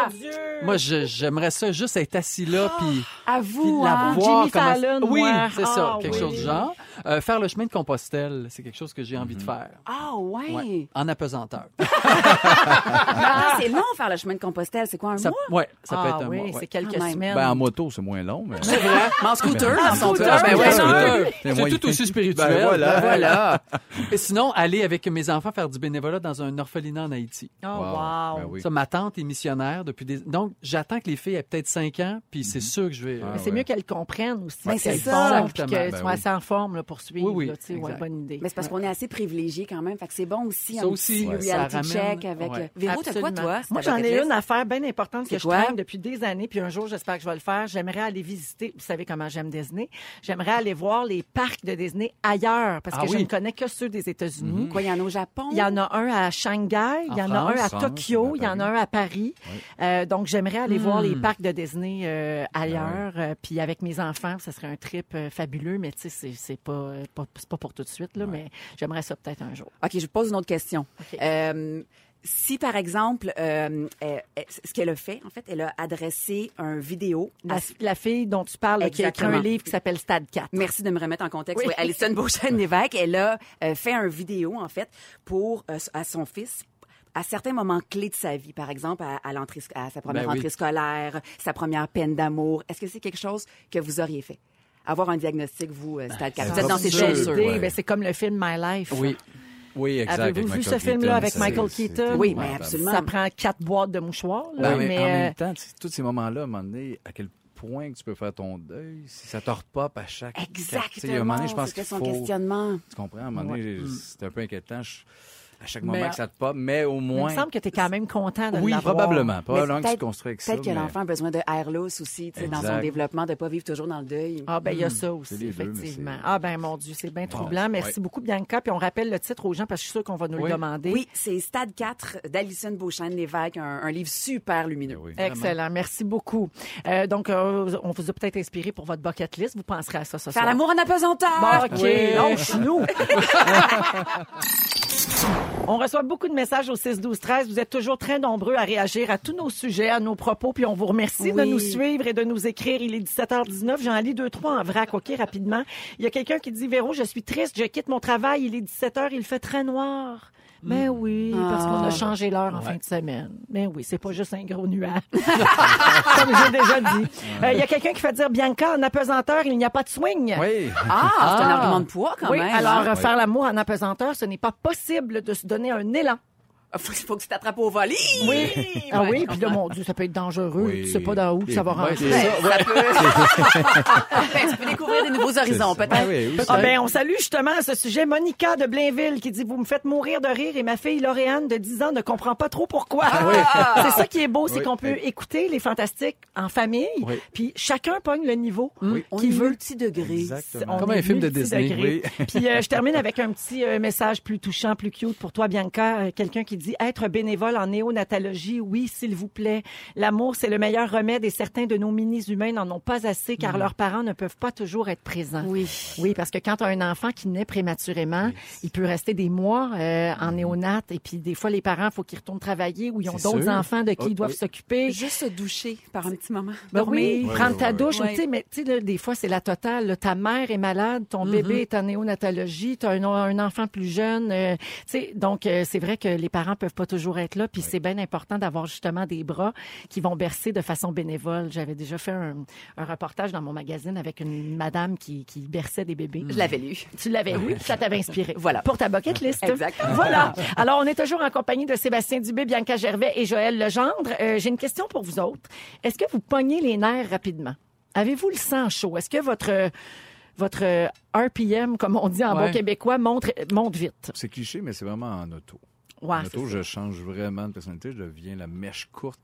Speaker 1: mon Dieu!
Speaker 4: Moi, je- j'aimerais ça juste être assis là, puis...
Speaker 3: À
Speaker 4: puis
Speaker 3: vous,
Speaker 4: la
Speaker 3: hein?
Speaker 4: voir
Speaker 1: Jimmy
Speaker 4: comment-
Speaker 1: Fallon,
Speaker 4: oui,
Speaker 1: moi.
Speaker 4: c'est ça,
Speaker 1: Ah,
Speaker 4: quelque
Speaker 1: oui.
Speaker 4: chose du genre. Euh, faire le chemin de Compostelle, c'est quelque chose que j'ai envie de faire.
Speaker 3: Ah, ouais!
Speaker 4: Ouais, en apesanteur.
Speaker 3: Mais attends, c'est long faire le chemin de Compostelle. C'est quoi, un
Speaker 4: Ça,
Speaker 3: mois?
Speaker 4: ouais, ça peut
Speaker 1: Ah
Speaker 4: être un
Speaker 1: oui,
Speaker 4: mois, ouais.
Speaker 1: c'est quelques
Speaker 3: Quand même.
Speaker 1: semaines.
Speaker 2: Ben, en moto, c'est moins long, mais.
Speaker 3: Mais en scooter, dans son
Speaker 1: scooter,
Speaker 4: Ah,
Speaker 3: truck.
Speaker 1: ben ouais,
Speaker 2: Ben,
Speaker 1: c'est
Speaker 2: ben,
Speaker 4: vrai.
Speaker 2: ben,
Speaker 4: C'est
Speaker 2: ben,
Speaker 4: tout aussi spirituel.
Speaker 2: Ben, voilà.
Speaker 4: Ben, voilà. Et sinon, aller avec mes enfants faire du bénévolat dans un orphelinat en Haïti.
Speaker 1: oh,
Speaker 2: Wow.
Speaker 1: wow.
Speaker 2: Ben oui.
Speaker 4: Ça, ma tante est missionnaire depuis des... Donc, j'attends que les filles aient peut-être 5 ans, puis c'est sûr que je vais...
Speaker 2: Ah,
Speaker 1: Mais c'est
Speaker 2: ouais.
Speaker 1: mieux qu'elles comprennent aussi.
Speaker 3: Ben,
Speaker 1: qu'elles
Speaker 3: c'est ça.
Speaker 1: font, puis qu'elles
Speaker 2: Exactement.
Speaker 1: soient
Speaker 2: Ben oui.
Speaker 1: assez en forme là, pour suivre.
Speaker 4: Oui, oui,
Speaker 1: là, tu sais, ouais,
Speaker 4: exact.
Speaker 1: bonne idée.
Speaker 3: Mais c'est parce qu'on est assez privilégié quand même. Fait que c'est bon aussi.
Speaker 4: Ça
Speaker 3: un
Speaker 4: aussi,
Speaker 3: petit
Speaker 4: ouais.
Speaker 3: reality
Speaker 4: ça ramène,
Speaker 3: check avec. euh,
Speaker 4: ouais.
Speaker 3: Véro, t'as quoi,
Speaker 1: Absolument.
Speaker 3: toi?
Speaker 1: Moi, j'en ai une affaire bien importante que
Speaker 3: C'est
Speaker 1: je
Speaker 3: quoi?
Speaker 1: traîne depuis des années, puis un jour, j'espère que je vais le faire. J'aimerais aller visiter, vous savez comment j'aime Disney, j'aimerais aller voir les parcs de Disney ailleurs, parce
Speaker 4: Ah
Speaker 1: que je
Speaker 4: oui.
Speaker 1: ne connais que ceux des États-Unis.
Speaker 3: Quoi, il y en a au Japon?
Speaker 1: Il y en a un à Shanghai, il y en a un à
Speaker 2: France,
Speaker 3: hein,
Speaker 2: France,
Speaker 1: Tokyo,
Speaker 2: à
Speaker 1: il y en a un à Paris. Euh, donc, j'aimerais aller voir
Speaker 3: Hmm.
Speaker 1: les parcs de Disney euh,
Speaker 3: Ben
Speaker 1: ailleurs. euh, puis avec mes enfants, ce serait un trip euh, fabuleux, mais tu sais, c'est- c'est pas, euh, pas, c'est pas pour tout de suite, là, mais j'aimerais ça peut-être un jour.
Speaker 3: OK, je vous pose une autre question. Euh, si, par exemple, euh, euh, euh, ce qu'elle a fait, en fait, elle a adressé un vidéo. à-
Speaker 1: La, la fille dont tu parles, là, qui a écrit un
Speaker 3: Exactement.
Speaker 1: livre qui s'appelle Stade 4.
Speaker 3: Merci de me remettre en contexte.
Speaker 1: Oui.
Speaker 3: Oui. Alison Beauchesne-Lévesque, elle a euh, fait un vidéo, en fait, pour euh, à son fils à certains moments clés de sa vie, par exemple à, à l'entrée, sc- à sa première
Speaker 4: Ben oui.
Speaker 3: entrée scolaire, sa première peine d'amour. Est-ce que c'est quelque chose que vous auriez fait? Avoir un diagnostic, vous,
Speaker 2: Ben,
Speaker 3: euh, stade 4. Vous êtes dans ces
Speaker 4: sûr.
Speaker 3: choses.
Speaker 4: sûr,
Speaker 1: idée,
Speaker 2: ouais.
Speaker 1: ben, c'est comme le film My Life.
Speaker 4: Oui.
Speaker 2: Oui, exact.
Speaker 1: Avez-vous
Speaker 2: avec
Speaker 1: vu ce
Speaker 2: Michael
Speaker 1: film-là
Speaker 2: Keaton,
Speaker 1: avec
Speaker 2: c'est-
Speaker 1: Michael
Speaker 2: c'est-
Speaker 1: Keaton?
Speaker 3: Oui, mais
Speaker 2: épouvantable.
Speaker 3: absolument.
Speaker 1: Ça prend quatre boîtes de mouchoirs. là,
Speaker 2: Ben, mais
Speaker 1: mais,
Speaker 2: en
Speaker 1: euh,
Speaker 2: même temps, tu sais, tous ces moments-là, à un moment donné, à quel point que tu peux faire ton deuil si ça te repop à chaque quartier. Tu sais, à un moment donné, je
Speaker 3: Exactement.
Speaker 2: pense qu'il
Speaker 3: C'était son
Speaker 2: faut-
Speaker 3: questionnement.
Speaker 2: Tu comprends? À un moment donné, j'ai- c'est un peu inquiétant. je- à chaque
Speaker 4: Mais
Speaker 2: moment
Speaker 4: à-
Speaker 2: que ça te pop, mais au
Speaker 1: Il me
Speaker 2: moins.
Speaker 1: semble que tu es quand même content de
Speaker 2: Oui,
Speaker 1: l'avoir.
Speaker 2: probablement.
Speaker 3: Mais
Speaker 2: Probablement Ben, que tu
Speaker 3: peut-être-
Speaker 2: construis avec ça.
Speaker 3: Peut-être que
Speaker 2: mais
Speaker 3: l'enfant a besoin de air loose aussi, tu sais, dans son
Speaker 2: Exact.
Speaker 3: développement, de ne pas vivre toujours dans le deuil.
Speaker 1: Ah ben il y a ça aussi,
Speaker 2: Hmm. C'est les deux, mais
Speaker 1: effectivement.
Speaker 2: c'est-
Speaker 1: Ah ben mon Dieu, c'est bien troublant.
Speaker 2: ouais.
Speaker 1: Merci beaucoup Bianca. Puis on rappelle le titre aux gens parce que je suis sûre qu'on va nous
Speaker 4: Oui.
Speaker 1: le demander.
Speaker 3: Oui, c'est Stade 4 d'Alison Beauchesne-Lévesque, un, un livre super lumineux.
Speaker 2: ben oui.
Speaker 1: Excellent, merci beaucoup. Euh, donc, euh, on vous a peut-être inspiré pour votre bucket list. Vous penserez à ça ce
Speaker 3: Faire
Speaker 1: soir.
Speaker 3: l'amour en apesanteur!
Speaker 1: Bon, OK,
Speaker 4: Oui.
Speaker 1: non, nous. On reçoit beaucoup de messages au 6 12 13. Vous êtes toujours très nombreux à réagir à tous nos sujets, à nos propos, puis on vous remercie de
Speaker 3: Oui.
Speaker 1: nous suivre et de nous écrire. Il est 17h19. J'en lis deux trois en vrac, OK, rapidement. Il y a quelqu'un qui dit Véro, je suis triste, je quitte mon travail, il est 17h, il fait très noir. Mais oui, parce qu'on a changé l'heure en fin de semaine. Mais oui, c'est pas juste un gros nuage. Comme j'ai déjà dit. Euh, Il y a quelqu'un qui fait dire Bianca, en apesanteur, il n'y a pas de swing.
Speaker 2: Oui.
Speaker 3: Ah, c'est un
Speaker 4: Ah.
Speaker 3: argument de poids quand
Speaker 1: Oui,
Speaker 3: même.
Speaker 1: alors
Speaker 3: hein.
Speaker 1: euh, faire l'amour en apesanteur, ce n'est pas possible de se donner un élan.
Speaker 3: euh, Faut, faut que tu t'attrapes au volet.
Speaker 1: Oui. Ah
Speaker 3: Ouais,
Speaker 1: oui,
Speaker 3: je
Speaker 1: puis là,
Speaker 3: comprends.
Speaker 1: mon Dieu, ça peut être dangereux.
Speaker 2: Oui.
Speaker 1: Tu sais pas dans où que ça va
Speaker 2: Ouais,
Speaker 1: rentrer.
Speaker 2: c'est ça.
Speaker 3: Ça peut- Ben, tu peux découvrir des nouveaux horizons,
Speaker 2: C'est ça.
Speaker 3: peut-être.
Speaker 2: Ah oui, oui,
Speaker 1: Ah
Speaker 2: c'est-
Speaker 1: ben, on salue justement à ce sujet Monica de Blainville qui dit Vous me faites mourir de rire et ma fille Lauréane de 10 ans ne comprend pas trop pourquoi. C'est ça qui est beau, c'est
Speaker 2: Ah Oui.
Speaker 1: qu'on peut écouter les fantastiques en famille,
Speaker 2: Oui.
Speaker 1: puis chacun pogne le niveau
Speaker 3: On
Speaker 1: qu'il
Speaker 3: est
Speaker 1: veut.
Speaker 3: multi-degré.
Speaker 2: Exactement.
Speaker 1: On
Speaker 4: Comme
Speaker 1: est
Speaker 4: un film de Disney,
Speaker 1: multidegré. Puis euh, je termine avec un petit euh, message plus touchant, plus cute pour toi, Bianca. Euh, Quelqu'un qui dit être bénévole en néonatologie, oui, s'il vous plaît. L'amour, c'est le meilleur remède et certains de nos mini-humains n'en ont pas assez car
Speaker 2: Mm.
Speaker 1: leurs parents ne peuvent pas toujours être présents.
Speaker 3: Oui.
Speaker 1: Oui, parce que quand tu un enfant qui naît prématurément, il peut rester des mois euh, en néonat et puis des fois les parents, faut qu'ils retournent travailler ou ils ont
Speaker 2: Mm. C'est
Speaker 1: d'autres
Speaker 2: sûr.
Speaker 1: enfants de qui ils
Speaker 2: Oh,
Speaker 1: doivent
Speaker 2: oui.
Speaker 1: s'occuper.
Speaker 3: Juste se doucher par un petit moment.
Speaker 1: Ben oui,
Speaker 3: Dormir.
Speaker 1: prendre ta
Speaker 2: ouais,
Speaker 1: douche.
Speaker 3: ouais.
Speaker 1: Tu sais, mais tu sais, là, des fois, c'est la totale. là. Ta mère est malade, ton
Speaker 3: Mm-hmm.
Speaker 1: bébé est en néonatologie, tu as un, un enfant plus jeune. euh, tu sais, donc, euh, c'est vrai que les parents peuvent pas toujours être là. Puis c'est bien important d'avoir justement des bras qui vont bercer de façon bénévole. J'avais déjà fait un, un reportage dans mon magazine avec une madame qui, qui berçait des bébés.
Speaker 3: Je l'avais lu.
Speaker 1: Tu l'avais lu, puis ça t'avait inspiré.
Speaker 3: Voilà.
Speaker 1: Pour ta bucket list.
Speaker 3: Exact.
Speaker 1: Voilà. Alors, on est toujours en compagnie de Sébastien Dubé, Bianca Gervais et Joël Legendre. Euh, J'ai une question pour vous autres. Est-ce que vous pognez les nerfs rapidement? Avez-vous le sang chaud? Est-ce que votre, euh, votre euh, RPM, comme on dit en
Speaker 4: Ouais.
Speaker 1: bon québécois, monte, monte vite?
Speaker 2: C'est cliché, mais c'est vraiment en auto.
Speaker 1: Ouais,
Speaker 2: en
Speaker 1: c'est
Speaker 2: auto,
Speaker 1: ça.
Speaker 2: je change vraiment de personnalité. Je deviens la mèche courte,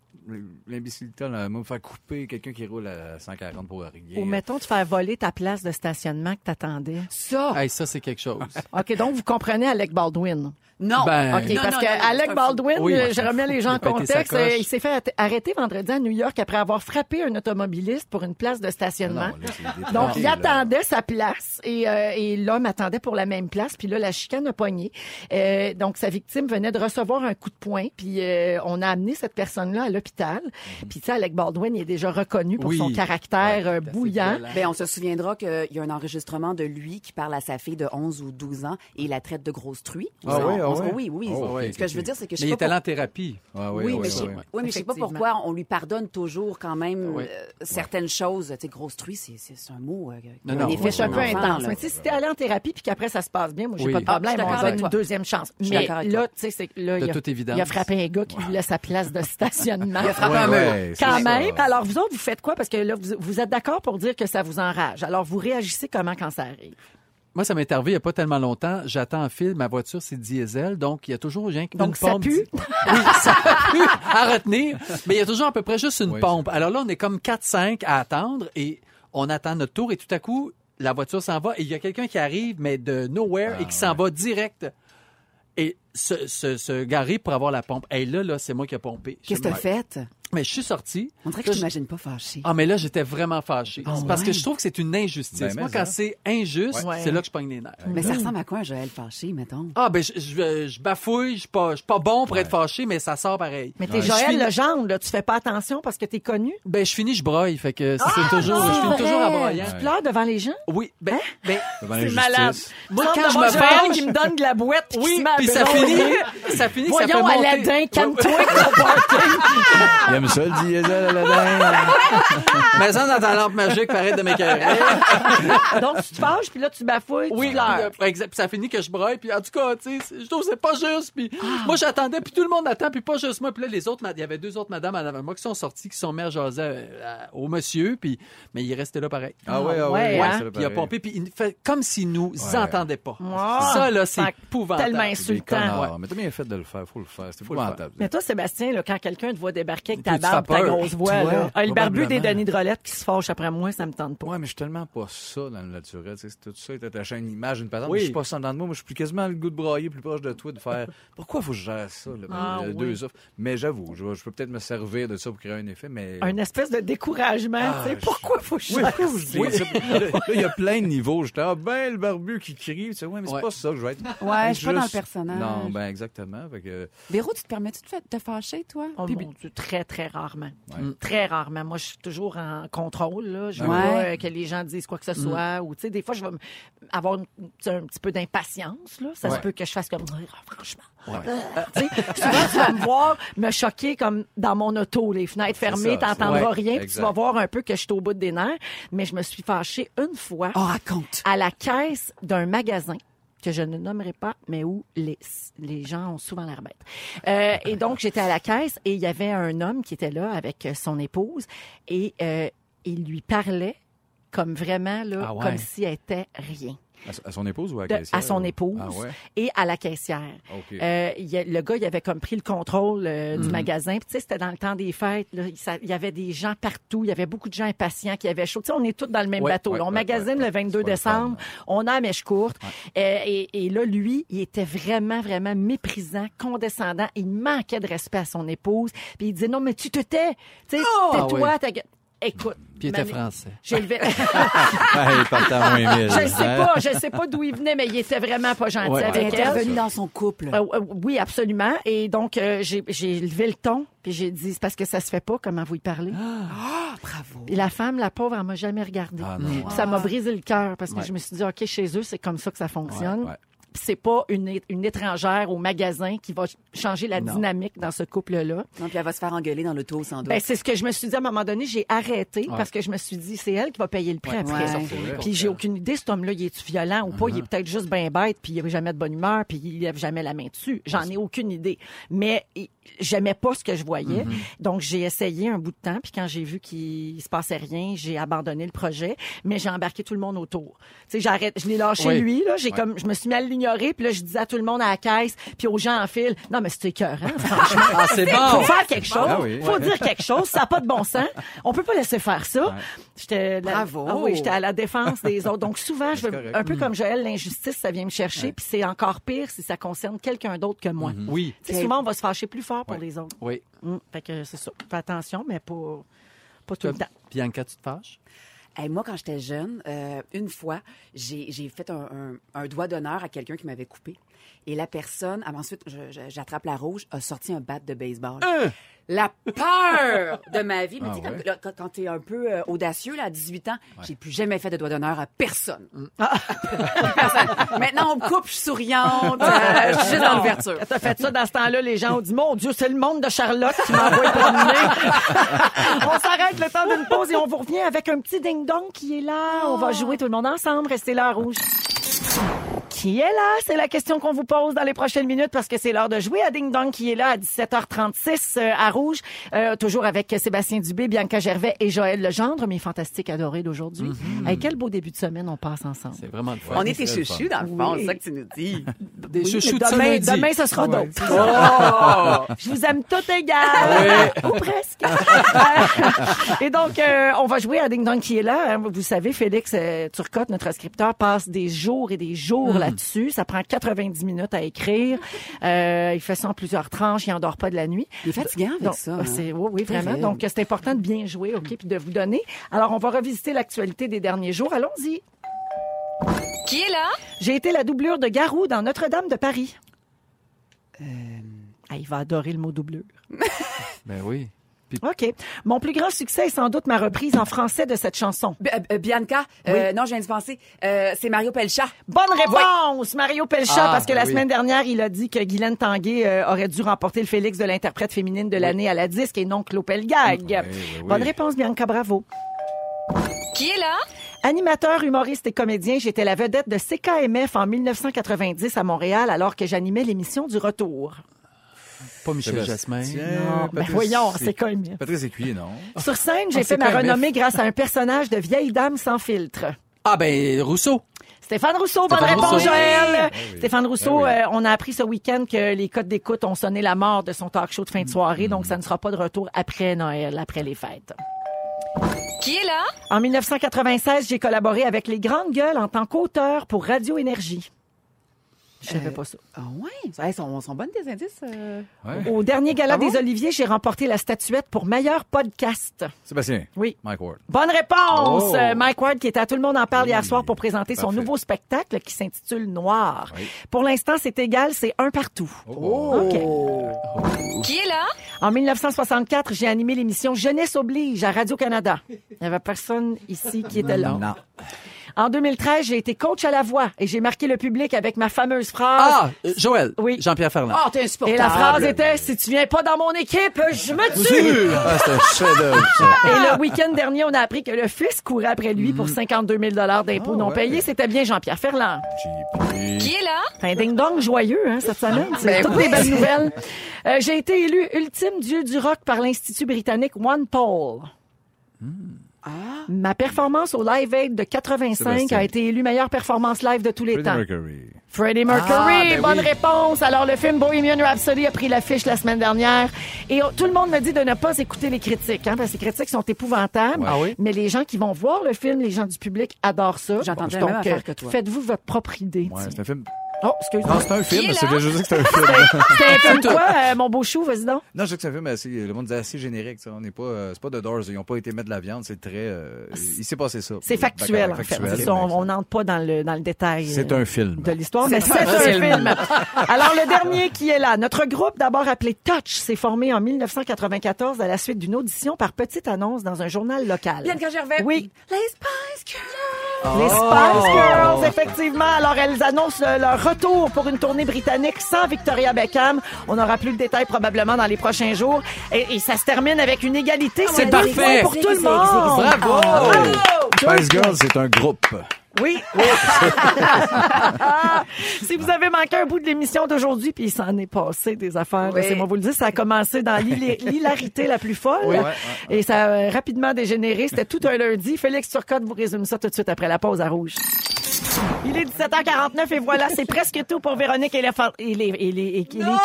Speaker 2: l'imbécilité, là, me faire euh, couper quelqu'un qui roule à 140 pour rien.
Speaker 1: Ou mettons, tu faire voler ta place de stationnement que t'attendais.
Speaker 2: Euh,
Speaker 3: Ça.
Speaker 4: Hey, ça, c'est quelque chose.
Speaker 1: OK, donc vous comprenez Alec Baldwin.
Speaker 3: Non.
Speaker 4: Ben,
Speaker 1: OK,
Speaker 3: Non,
Speaker 1: parce
Speaker 3: non,
Speaker 1: que
Speaker 3: non, non,
Speaker 1: Alec
Speaker 3: c'est un
Speaker 1: Baldwin,
Speaker 4: Oui.
Speaker 1: euh, je remets les gens en
Speaker 4: Il a pété sa
Speaker 1: contexte,
Speaker 4: coche.
Speaker 1: euh, il s'est fait at- arrêter vendredi à New York après avoir frappé un automobiliste pour une place de
Speaker 4: Ah
Speaker 1: stationnement.
Speaker 2: Ah Non, là, c'est des
Speaker 1: Donc,
Speaker 2: détails,
Speaker 1: il
Speaker 2: là.
Speaker 1: attendait sa place et, euh, et l'homme attendait pour la même place. Puis là, la chicane a pogné. Euh, donc, sa victime venait de recevoir un coup de poing. Puis euh, on a amené cette personne-là à l'hôpital. Puis tu sais, Alec Baldwin, il est déjà reconnu
Speaker 4: Mhm.
Speaker 1: pour
Speaker 4: Oui.
Speaker 1: son caractère euh,
Speaker 4: assez
Speaker 1: bouillant.
Speaker 4: violent.
Speaker 3: Ben, on se souviendra qu'il y a un enregistrement de lui qui parle à sa fille de 11 ou 12 ans et il la traite de grosse truie.
Speaker 2: Ah
Speaker 3: On-
Speaker 2: oui, ah
Speaker 3: on-
Speaker 2: oui.
Speaker 3: oui, oui.
Speaker 2: Ah oui,
Speaker 3: Ce que
Speaker 2: ok,
Speaker 3: je veux
Speaker 2: ok.
Speaker 3: dire, c'est que je
Speaker 4: Mais il
Speaker 3: sais
Speaker 4: est
Speaker 3: pas
Speaker 4: allé en thérapie.
Speaker 2: Ah, oui,
Speaker 3: Oui,
Speaker 2: oui,
Speaker 3: mais, je...
Speaker 2: oui,
Speaker 3: sais- oui, mais je sais pas
Speaker 1: Effectivement.
Speaker 3: pourquoi on lui pardonne toujours quand même
Speaker 4: Oui.
Speaker 3: euh, certaines choses. Tu sais, grosse truie, c'est, c'est, c'est un mot. euh, qui a
Speaker 4: Non, non,
Speaker 3: un effet
Speaker 4: oui,
Speaker 1: C'est
Speaker 3: sur
Speaker 1: un peu
Speaker 3: l'enfant,
Speaker 1: intense.
Speaker 3: là.
Speaker 1: Mais tu sais, si t'es allé en thérapie puis qu'après ça se passe bien, moi j'ai
Speaker 4: Oui.
Speaker 1: pas de
Speaker 4: Ah,
Speaker 1: problème,
Speaker 3: je suis
Speaker 1: on
Speaker 3: d'accord
Speaker 1: donne
Speaker 3: avec
Speaker 1: une
Speaker 3: toi.
Speaker 1: deuxième chance.
Speaker 3: suis
Speaker 1: Mais
Speaker 3: d'accord avec
Speaker 1: là, tu sais, c'est que là,
Speaker 4: De
Speaker 1: il a,
Speaker 4: toute évidence.
Speaker 1: il a frappé un gars qui voulait sa place de stationnement. il a frappé
Speaker 2: un Ouais, mur. ouais,
Speaker 1: Quand
Speaker 2: c'est
Speaker 1: même.
Speaker 2: ça.
Speaker 1: Alors vous autres, vous faites quoi parce que là vous, vous êtes d'accord pour dire que ça vous enrage. Alors vous réagissez comment quand ça arrive
Speaker 4: Moi, ça m'est arrivé il n'y a pas tellement longtemps. J'attends un fil. Ma voiture, c'est diesel. Donc, il y a toujours rien qu'une
Speaker 1: Donc, ça
Speaker 4: pompe.
Speaker 1: pue.
Speaker 4: Oui, ça pue à retenir. Mais il y a toujours à peu près juste une
Speaker 2: Oui,
Speaker 4: pompe. Alors là, on est comme 4-5 à attendre et on attend notre tour et tout à coup, la voiture s'en va et il y a quelqu'un qui arrive, mais de nowhere, et qui s'en
Speaker 2: Ah,
Speaker 4: va direct. Et se, se, se garer pour avoir la pompe. Et là, là, c'est moi qui ai pompé.
Speaker 3: Qu'est-ce que t'as fait?
Speaker 4: Mais je suis sorti.
Speaker 3: On dirait que je t'imagine pas fâché.
Speaker 4: Ah, mais là, j'étais vraiment fâché. C'est parce
Speaker 3: ouais.
Speaker 4: que je trouve que c'est une injustice.
Speaker 2: Ben, mais
Speaker 4: Moi, quand
Speaker 2: ça.
Speaker 4: c'est injuste,
Speaker 1: Ouais.
Speaker 4: c'est là que je pogne les nerfs.
Speaker 3: mais ça ressemble à quoi un Joël fâché, mettons?
Speaker 4: Ah, ben, je, je, euh, je bafouille, je suis pas, je suis pas bon pour être fâché, mais ça sort pareil.
Speaker 1: Mais t'es
Speaker 4: Je
Speaker 1: Joël
Speaker 4: finis-
Speaker 1: Legendre, là, tu fais pas attention parce que t'es connu.
Speaker 4: Ben, je finis, je broille, fait que c'est toujours,
Speaker 1: Ah,
Speaker 4: je finis
Speaker 1: C'est vrai. Hein?
Speaker 4: toujours à broyer.
Speaker 1: Tu pleures devant les gens.
Speaker 4: Oui, ben, ben,
Speaker 2: Devant la justice.
Speaker 4: moi,
Speaker 1: Semble
Speaker 4: quand je
Speaker 1: d'avoir
Speaker 4: me
Speaker 1: Joël
Speaker 4: fâche,
Speaker 1: qui me donne de la boîte, puis qui se
Speaker 4: oui,
Speaker 1: met à
Speaker 4: puis ça
Speaker 1: bronzer.
Speaker 4: finit, ça finit, ça fait
Speaker 1: Voyons,
Speaker 4: monter.
Speaker 1: Aladdin,
Speaker 4: Ouais, ouais.
Speaker 1: calme-toi. avec ton parking.
Speaker 2: Il aime J'aime ça, le diesel à la
Speaker 1: Ah,
Speaker 2: dinde.
Speaker 4: Mais ça, dans ta lampe magique, paraît de m'écœurer.
Speaker 1: Donc, tu te fâches, puis là, tu bafouilles,
Speaker 4: Oui,
Speaker 1: tu
Speaker 4: puis,
Speaker 1: pleures.
Speaker 4: euh, par exemple, ça finit que je braille, puis en tout cas, tu sais, c'est- je trouve que c'est pas juste. Puis
Speaker 1: Ah.
Speaker 4: moi, j'attendais, puis tout le monde attend, puis pas juste moi. Puis là, les autres, ma- il y avait deux autres madames en avant de moi qui sont sorties, qui sont mères jaser euh, à- au monsieur, puis mais il restait là pareil.
Speaker 2: Ah ouais, ah ouais,
Speaker 1: Ouais,
Speaker 2: ouais,
Speaker 1: hein.
Speaker 2: ça fait
Speaker 4: Puis il a
Speaker 2: pareil.
Speaker 4: pompé, puis il fait comme s'il nous
Speaker 2: Ouais.
Speaker 4: entendait pas.
Speaker 1: Ah,
Speaker 4: ça, là,
Speaker 1: ça-
Speaker 4: c'est épouvantable.
Speaker 1: Tellement
Speaker 2: C'est des
Speaker 1: insultant.
Speaker 2: connards. Mais t'as bien fait de le faire, faut le faire. C'est
Speaker 4: Faut le faire.
Speaker 2: épouvantable.
Speaker 1: Mais toi, Sébastien, là, quand quelqu'un te voit débarquer avec ta
Speaker 4: Tu te fais
Speaker 1: barbe, ta
Speaker 4: peur.
Speaker 1: grosse voix,
Speaker 2: Toi,
Speaker 1: là, Ah, le barbu des
Speaker 2: probablement.
Speaker 1: Denis de Rolette qui se fâche après moi, ça me tente pas.
Speaker 2: Ouais, mais je suis tellement pas ça dans le naturel. tu sais, c'est Tout ça est attaché à une image, une patente.
Speaker 4: Oui.
Speaker 2: mais Je suis pas ça dans le moi. Moi, je suis plus quasiment le goût de brailler, plus proche de toi, de faire pourquoi faut que je gère ça, là,
Speaker 1: Ah,
Speaker 2: euh,
Speaker 1: oui.
Speaker 2: deux offres. Mais j'avoue, je, je peux peut-être me servir de ça pour créer un effet, mais.
Speaker 1: Un espèce de découragement,
Speaker 2: Ah,
Speaker 1: tu sais,
Speaker 2: je-
Speaker 1: pourquoi faut que je
Speaker 2: Oui,
Speaker 1: fasse
Speaker 2: pourquoi je dis
Speaker 1: ça?
Speaker 2: ça? Là, là, il y a plein de niveaux. J'étais, ah ben, le barbu qui crie. Tu sais, ouais, mais c'est
Speaker 4: Ouais.
Speaker 2: pas ça que je vais être.
Speaker 3: Ouais, je suis pas dans le
Speaker 2: Juste-
Speaker 3: personnage.
Speaker 2: Non, ben, exactement. Fait que,
Speaker 3: Véro, tu te permets-tu de fa- te fâcher, toi?
Speaker 1: Oh
Speaker 3: Puis-
Speaker 1: mon Dieu, très, très rarement.
Speaker 2: ben, Ouais.
Speaker 1: Mm. Très rarement. Moi, je suis toujours en contrôle. Là. Je veux
Speaker 3: Ouais.
Speaker 1: pas euh, que les gens disent quoi que ce
Speaker 2: Mm.
Speaker 1: soit. Ou, tu sais, des fois, je vais m- avoir une- tu sais, un petit peu d'impatience. Là. Ça se
Speaker 2: Ouais.
Speaker 1: peut que je fasse comme, Ah, franchement. Euh, tu sais, souvent, tu vas me voir me choquer comme dans mon auto, les fenêtres fermées,
Speaker 2: ça,
Speaker 1: t'entendras
Speaker 2: ouais.
Speaker 1: rien, puis tu
Speaker 2: Exact.
Speaker 1: vas voir un peu que je suis au bout des nerfs. Mais je me suis fâchée une fois
Speaker 2: Ah,
Speaker 3: Oh, raconte.
Speaker 1: à la caisse d'un magasin que je ne nommerai pas, mais où les, les gens ont souvent l'air bêtes. Euh, et donc, j'étais à la caisse et il y avait un homme qui était là avec euh, son épouse et euh, il lui parlait comme vraiment, là,
Speaker 4: Ah ouais.
Speaker 1: comme si elle était rien.
Speaker 2: à, à son épouse ou à la
Speaker 1: De-
Speaker 2: caissière?
Speaker 1: à son épouse
Speaker 2: Ah ouais?
Speaker 1: et à la caissière.
Speaker 2: OK.
Speaker 1: Euh, il y a- le gars, il avait comme pris le contrôle euh,
Speaker 4: Mhm.
Speaker 1: du magasin. Puis, tu sais, c'était dans le temps des fêtes. là. Il, ça- il y avait des gens partout. Il y avait beaucoup de gens impatients qui avaient chaud. Tu sais, on est tous dans le même
Speaker 4: Ouais,
Speaker 1: bateau. là.
Speaker 2: ouais,
Speaker 1: on
Speaker 2: ouais,
Speaker 1: magasine
Speaker 2: ouais, ouais.
Speaker 1: le 22
Speaker 2: C'est pas le fun,
Speaker 1: décembre. on a la mèche courte. Euh, et, et là, lui, il était vraiment, vraiment méprisant, condescendant. Il manquait de respect à son épouse. Puis il disait, non, mais tu te tais. Tu sais, tais-toi.
Speaker 4: Ah
Speaker 1: ta gueule. Écoute.
Speaker 4: Puis il était
Speaker 1: Mané-
Speaker 4: français.
Speaker 1: J'ai levé...
Speaker 2: Ah, il partait à moins mille.
Speaker 1: je ne sais
Speaker 2: Hein?
Speaker 1: pas, je sais pas d'où il venait, mais il était vraiment pas gentil
Speaker 4: Ouais,
Speaker 1: avec
Speaker 3: T'es
Speaker 1: elle.
Speaker 3: intervenu dans son couple.
Speaker 1: Euh, euh, oui, absolument. Et donc, euh, j'ai j'ai levé le ton, puis j'ai dit, c'est parce que ça se fait pas, comment vous y parlez.
Speaker 3: Bravo.
Speaker 1: Et la femme, la pauvre, elle m'a jamais regardée.
Speaker 2: Ah, non.
Speaker 1: Puis Ça m'a brisé le cœur, parce que
Speaker 4: Ouais.
Speaker 1: je me suis dit, OK, chez eux, c'est comme ça que ça fonctionne.
Speaker 2: Ouais, ouais.
Speaker 1: Puis C'est pas une, é- une étrangère au magasin qui va ch- changer la dynamique dans ce couple-là.
Speaker 3: Non, puis elle va se faire engueuler dans l'auto, sans doute.
Speaker 1: Ben, c'est ce que je me suis dit à un moment donné. J'ai arrêté parce que je me suis dit, c'est elle qui va payer le prix après.
Speaker 3: Ouais.
Speaker 1: Puis j'ai aucune idée, cet homme-là, il est-tu violent ou pas? Il est peut-être juste bien bête, puis il n'a jamais de bonne humeur, puis il lève jamais la main dessus. J'en ai aucune idée. Mais il- j'aimais pas ce que je voyais. Donc j'ai essayé un bout de temps, puis quand j'ai vu qu'il se passait rien, j'ai abandonné le projet, mais j'ai embarqué tout le monde autour. Tu sais, j'arrête, je l'ai lâché
Speaker 4: Oui.
Speaker 1: lui, là. J'ai comme, je me suis mal à l'ignorer, puis là, je disais à tout le monde à la caisse, puis aux gens en file, non, mais c'est écœurant, franchement.
Speaker 4: Ah, c'est
Speaker 1: Faut
Speaker 4: bon!
Speaker 1: faire quelque chose.
Speaker 2: Oh. Ah oui.
Speaker 1: Faut dire quelque chose. Ça n'a pas de bon sens. On peut pas laisser faire ça. J'étais la-
Speaker 3: Bravo.
Speaker 1: Ah oui, j'étais à la défense des autres. Donc souvent, je veux-
Speaker 2: correct. Mm.
Speaker 1: un peu comme Joël, l'injustice, ça vient me chercher. Puis c'est encore pire si ça concerne quelqu'un d'autre que moi.
Speaker 4: Oui.
Speaker 1: Tu sais, Souvent, on va se fâcher plus fort pour
Speaker 2: Mm-hmm. Ouais.
Speaker 1: les autres.
Speaker 4: Oui.
Speaker 1: Mm. Fait que c'est ça. Fais attention, mais pas, pas tout le temps.
Speaker 4: Bianca, tu te fâches?
Speaker 3: Hey, moi, quand j'étais jeune, euh, une fois, j'ai j'ai fait un, un- un doigt d'honneur à quelqu'un qui m'avait coupé. Et la personne, ah, ensuite, je- je- j'attrape la rouge, a sorti un bat de baseball.
Speaker 4: Hein?
Speaker 3: La peur de ma vie. Mais tu sais,
Speaker 2: Ah
Speaker 3: quand-
Speaker 2: ouais?
Speaker 3: là, quand, quand t'es un peu euh, audacieux, là, à 18 ans, j'ai plus jamais fait de doigt d'honneur à personne.
Speaker 4: Mm.
Speaker 3: Personne. Maintenant, on me coupe, je suis souriante, euh, je suis juste dans l'ouverture.
Speaker 1: Quand t'as fait ça dans ce temps-là, les gens ont dit Mon Dieu, c'est le monde de Charlotte qui m'envoie promener. on s'arrête le temps d'une pause et on vous revient avec un petit ding-dong qui est là. On va jouer tout le monde ensemble. Restez là, rouge. Qui est là? C'est la question qu'on vous pose dans les prochaines minutes parce que c'est l'heure de jouer à Ding Dong qui est là à 17h36 euh, à Rouge. Euh, toujours avec Sébastien Dubé, Bianca Gervais et Joël Legendre, mes fantastiques adorés d'aujourd'hui. Hey, quel beau début de semaine on passe ensemble.
Speaker 4: C'est vraiment le fun.
Speaker 3: On est tes chouchous, dans le fond,
Speaker 1: Oui.
Speaker 3: c'est ça que tu nous dis.
Speaker 4: Des
Speaker 1: Oui,
Speaker 4: chouchous de
Speaker 1: mais demain,
Speaker 4: samedi.
Speaker 1: demain, ce sera d'autres. Je vous aime tout égal. Ou presque. Et donc, euh, on va jouer à Ding Dong qui est là. hein. Vous savez, Félix euh, Turcotte, notre scripteur, passe des jours et des jours là-dessus. Ça prend 90 minutes à écrire. Euh, il fait ça en plusieurs tranches. Il n'endort pas de la nuit.
Speaker 3: Il est fatigant avec
Speaker 1: Donc,
Speaker 3: ça.
Speaker 1: ah,
Speaker 3: hein.
Speaker 1: c'est- oui, oui, vraiment.
Speaker 3: Terrible.
Speaker 1: Donc, c'est important de bien jouer, OK, puis de vous donner. Alors, on va revisiter l'actualité des derniers jours. Allons-y.
Speaker 7: Qui est là?
Speaker 1: J'ai été la doublure de Garou dans Notre-Dame de Paris.
Speaker 3: Euh,
Speaker 1: Ah, il va adorer le mot doublure.
Speaker 4: Ben oui. Puis puis
Speaker 1: OK. Mon plus grand succès est sans doute ma reprise en français de cette chanson.
Speaker 3: B- euh, Bianca, euh, non, je viens de penser, euh, c'est Mario Pelcha.
Speaker 1: Bonne réponse, Mario Pelcha,
Speaker 4: Ah,
Speaker 1: parce que la
Speaker 4: oui.
Speaker 1: semaine dernière, il a dit que Guylaine Tanguay euh, aurait dû remporter le Félix de l'interprète féminine de l'année à la disque et non Claude Pelgag.
Speaker 2: oui.
Speaker 1: Bonne réponse, Bianca, bravo.
Speaker 7: Qui est là?
Speaker 1: Animateur, humoriste et comédien, j'étais la vedette de CKMF en 1990 à Montréal alors que j'animais l'émission du retour.
Speaker 4: pas Michel Jasmin.
Speaker 1: Non, ben voyons, c'est comme-
Speaker 2: Patrice Écuyer, non?
Speaker 1: Sur scène, j'ai
Speaker 4: Ah,
Speaker 1: fait ma
Speaker 4: CKMF.
Speaker 1: renommée grâce à un personnage de vieille dame sans filtre.
Speaker 4: Ah ben Rousseau.
Speaker 1: Stéphane Rousseau, bonne
Speaker 4: Stéphane
Speaker 1: réponse,
Speaker 4: Rousseau.
Speaker 1: Joël.
Speaker 2: Oui, oui.
Speaker 1: Stéphane Rousseau,
Speaker 2: Oui, oui.
Speaker 1: euh, on a appris ce week-end que les codes d'écoute ont sonné la mort de son talk show de fin de soirée, donc ça ne sera pas de retour après Noël, après les fêtes.
Speaker 7: Qui est là?
Speaker 1: En 1996, j'ai collaboré avec les grandes gueules en tant qu'auteur pour Radio Énergie. Je savais pas ça.
Speaker 3: Ah ouais, ils sont, sont bonnes tes indices. euh.
Speaker 2: Ouais.
Speaker 1: Au dernier gala des Oliviers, j'ai remporté la statuette pour meilleur podcast.
Speaker 2: Sébastien.
Speaker 1: Oui.
Speaker 2: Mike Ward.
Speaker 1: Bonne réponse!
Speaker 2: Oh.
Speaker 1: Euh, Mike Ward qui était à Tout le monde en parle hier soir pour présenter son
Speaker 2: Parfait.
Speaker 1: nouveau spectacle qui s'intitule Noir.
Speaker 2: Oui. Oh.
Speaker 1: Pour l'instant, c'est égal, c'est un partout. OK.
Speaker 7: Oh. Qui est là?
Speaker 1: En 1964, j'ai animé l'émission Jeunesse oblige à Radio-Canada. Il n'y avait personne ici qui était là.
Speaker 2: Non.
Speaker 1: En 2013, j'ai été coach à la voix et j'ai marqué le public avec ma fameuse phrase.
Speaker 4: Ah, euh, Joël.
Speaker 1: Oui.
Speaker 4: Jean-Pierre Ferland.
Speaker 3: Ah, t'es
Speaker 1: Et
Speaker 3: insupportable.
Speaker 1: la phrase était, si tu viens pas dans mon équipe, je me tue!
Speaker 2: Ah, c'est un chef-d'œuvre, ça.
Speaker 1: Et le week-end dernier, on a appris que le fils courait après lui pour 52 000 d'impôts
Speaker 2: Mm. Ah,
Speaker 1: non
Speaker 2: ouais.
Speaker 1: payés. C'était bien Jean-Pierre Ferland.
Speaker 2: Cheap.
Speaker 7: Qui est là?
Speaker 1: C'est
Speaker 2: Ben
Speaker 1: un ding-dong joyeux, hein, cette semaine.
Speaker 2: Ah,
Speaker 1: C'est toutes des belles nouvelles. Euh, j'ai été élu ultime dieu du rock par l'Institut britannique One Poll.
Speaker 2: Hmm.
Speaker 1: Ma performance au Live Aid de 85
Speaker 2: Ah. Sébastien.
Speaker 1: a été élue meilleure performance live de tous les
Speaker 2: Freddie
Speaker 1: temps.
Speaker 2: Mercury.
Speaker 1: Freddie Mercury,
Speaker 4: ben oui.
Speaker 1: bonne réponse. Alors, le film Bohemian Rhapsody a pris l'affiche la semaine dernière. Et oh, tout le monde me dit de ne pas écouter les critiques, hein, parce que les critiques sont épouvantables.
Speaker 4: Ah oui?
Speaker 1: Mais les gens qui vont voir le film, les gens du public adorent ça.
Speaker 3: J'entendais la
Speaker 1: Donc,
Speaker 3: même
Speaker 1: euh,
Speaker 3: affaire que toi.
Speaker 1: faites-vous votre propre idée.
Speaker 2: Ouais,
Speaker 1: tiens.
Speaker 2: c'est un film.
Speaker 1: Oh, excuse-moi.
Speaker 2: Non, c'est un
Speaker 7: Qui
Speaker 2: film.
Speaker 7: est
Speaker 2: C'est
Speaker 7: là?
Speaker 2: je sais que c'est un film.
Speaker 1: C'était un film quoi, euh, mon beau chou, vas-y donc?
Speaker 2: non, je sais que c'est un film assez. Le monde disait assez générique. ça. On n'est pas. euh, c'est pas The Doors. Ils ont pas été mettre de la viande. C'est très. euh, il s'est passé ça.
Speaker 1: Ah, C'est factuel, en fait. C'est ça, on on n'entre pas dans le, dans le détail.
Speaker 2: C'est
Speaker 1: euh,
Speaker 2: un film.
Speaker 1: de l'histoire, mais c'est un film. Alors, le dernier qui est là, notre groupe, d'abord appelé Touch, s'est formé en 1994 à la suite d'une audition par petite annonce dans un journal local.
Speaker 3: Bianca Gervais.
Speaker 1: Oui.
Speaker 3: Les Spice Girls.
Speaker 1: Les Spice Girls, effectivement. Alors, elles annoncent euh, leur retour pour une tournée britannique sans Victoria Beckham. On aura plus de détails probablement dans les prochains jours. Et, et ça se termine avec une égalité.
Speaker 4: C'est
Speaker 1: des
Speaker 4: parfait.
Speaker 1: points pour tout le monde.
Speaker 4: Bravo!
Speaker 2: Spice Girls, c'est un groupe.
Speaker 1: Oui. si vous avez manqué un bout de l'émission d'aujourd'hui, puis il s'en est passé des affaires,
Speaker 3: Oui.
Speaker 1: c'est moi vous le dire, ça a commencé dans l'hila- l'hilarité la plus folle.
Speaker 2: ouais, ouais,
Speaker 1: Et ça a rapidement dégénéré. C'était tout un lundi. Félix Turcotte vous résume ça tout de suite après la pause à rouge. Il est 17h49 et voilà, c'est presque tout pour Véronique et les, fan- et les, et les- et- et les- qui, donc?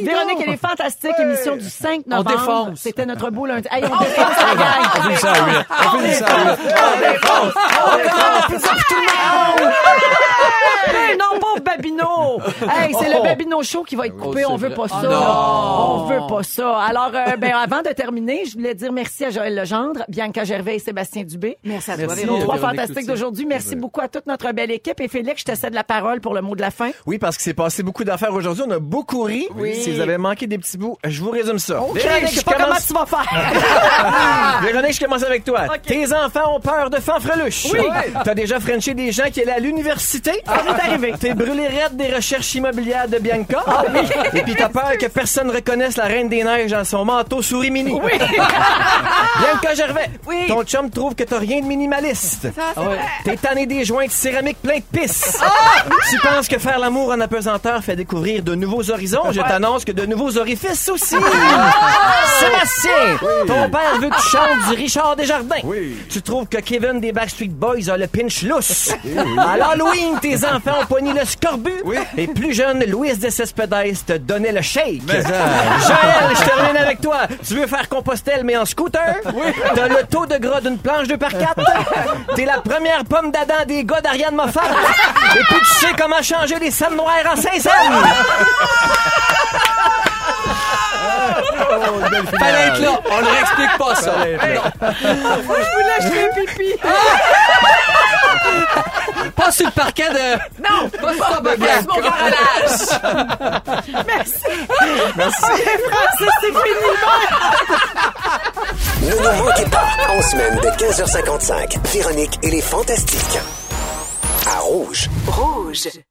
Speaker 1: Véronique et les Fantastiques, émission du 5 novembre.
Speaker 4: défonce.
Speaker 1: C'était notre beau lundi. Hey, on défonce la gang.
Speaker 2: On finit ça à 8. On finit ça à 8.
Speaker 1: Hey, non, pauvre Babino! Hey, c'est le Babino Show qui va être coupé.
Speaker 4: Oh, c'est
Speaker 1: on veut
Speaker 4: vrai.
Speaker 1: pas ça.
Speaker 4: Oh, non.
Speaker 1: On veut pas ça. Alors, euh, ben, avant de terminer, je voulais dire merci à Joël Legendre, Bianca Gervais et Sébastien Dubé.
Speaker 3: Merci à toi,
Speaker 4: Merci.
Speaker 1: Nos
Speaker 3: Véro.
Speaker 1: trois
Speaker 4: Véronique
Speaker 1: fantastiques
Speaker 4: Cloutier.
Speaker 1: d'aujourd'hui. Merci beaucoup à toute notre belle équipe. Et Félix, je te cède la parole pour le mot de la fin.
Speaker 8: Oui, parce qu'il s'est passé beaucoup d'affaires aujourd'hui. On a beaucoup ri. Si vous avez manqué des petits bouts, je vous résume ça.
Speaker 1: Craig, Oh, je sais pas comment tu vas faire.
Speaker 8: Véronique, je commence avec toi. Tes enfants ont peur de fanfreluche.
Speaker 1: Oui.
Speaker 8: T'as déjà frenché des gens qui allaient à l'université.
Speaker 1: Ça m'est arrivé.
Speaker 8: Ah.
Speaker 1: Ah
Speaker 8: T'es brûlé raide des recherches immobilières de Bianca. Et puis t'as peur que personne reconnaisse la Reine des Neiges dans son manteau souris mini. Bianca Gervais.
Speaker 3: Oui.
Speaker 8: Ton chum trouve que t'as rien de minimaliste.
Speaker 3: Ça, c'est-
Speaker 8: Ah T'es tanné des joints de céramique plein de pisse. Tu penses que faire l'amour en apesanteur fait découvrir de nouveaux horizons? Je t'annonce que de nouveaux orifices aussi. Sébastien, ton père veut que tu chantes du Richard Desjardins.
Speaker 2: Oui.
Speaker 8: Tu trouves que Kevin des Backstreet Boys a le pinch lousse. À l'Halloween, tes enfants ont pogné le scorbut. Et plus jeune, Louis de Cespedes te donnait le shake. Joël, je termine avec toi. Tu veux faire Compostelle, mais en scooter? T'as le taux de gras d'une planche 2 par 4 T'es la première pomme d'Adam des gars d'Ariane Moffat. Et puis tu sais comment changer les salles noires en 5 scènes.
Speaker 4: Fallait être là. On ne réexplique pas ça. Pas sur le parquet de. Non! Pas sur le parquet.
Speaker 3: Mon cœur à la-
Speaker 1: Merci. Francis, c'est fini.
Speaker 5: Ne nous manquez pas, en semaine de 15h55, Véronique et les Fantastiques. À Rouge.
Speaker 9: Rouge.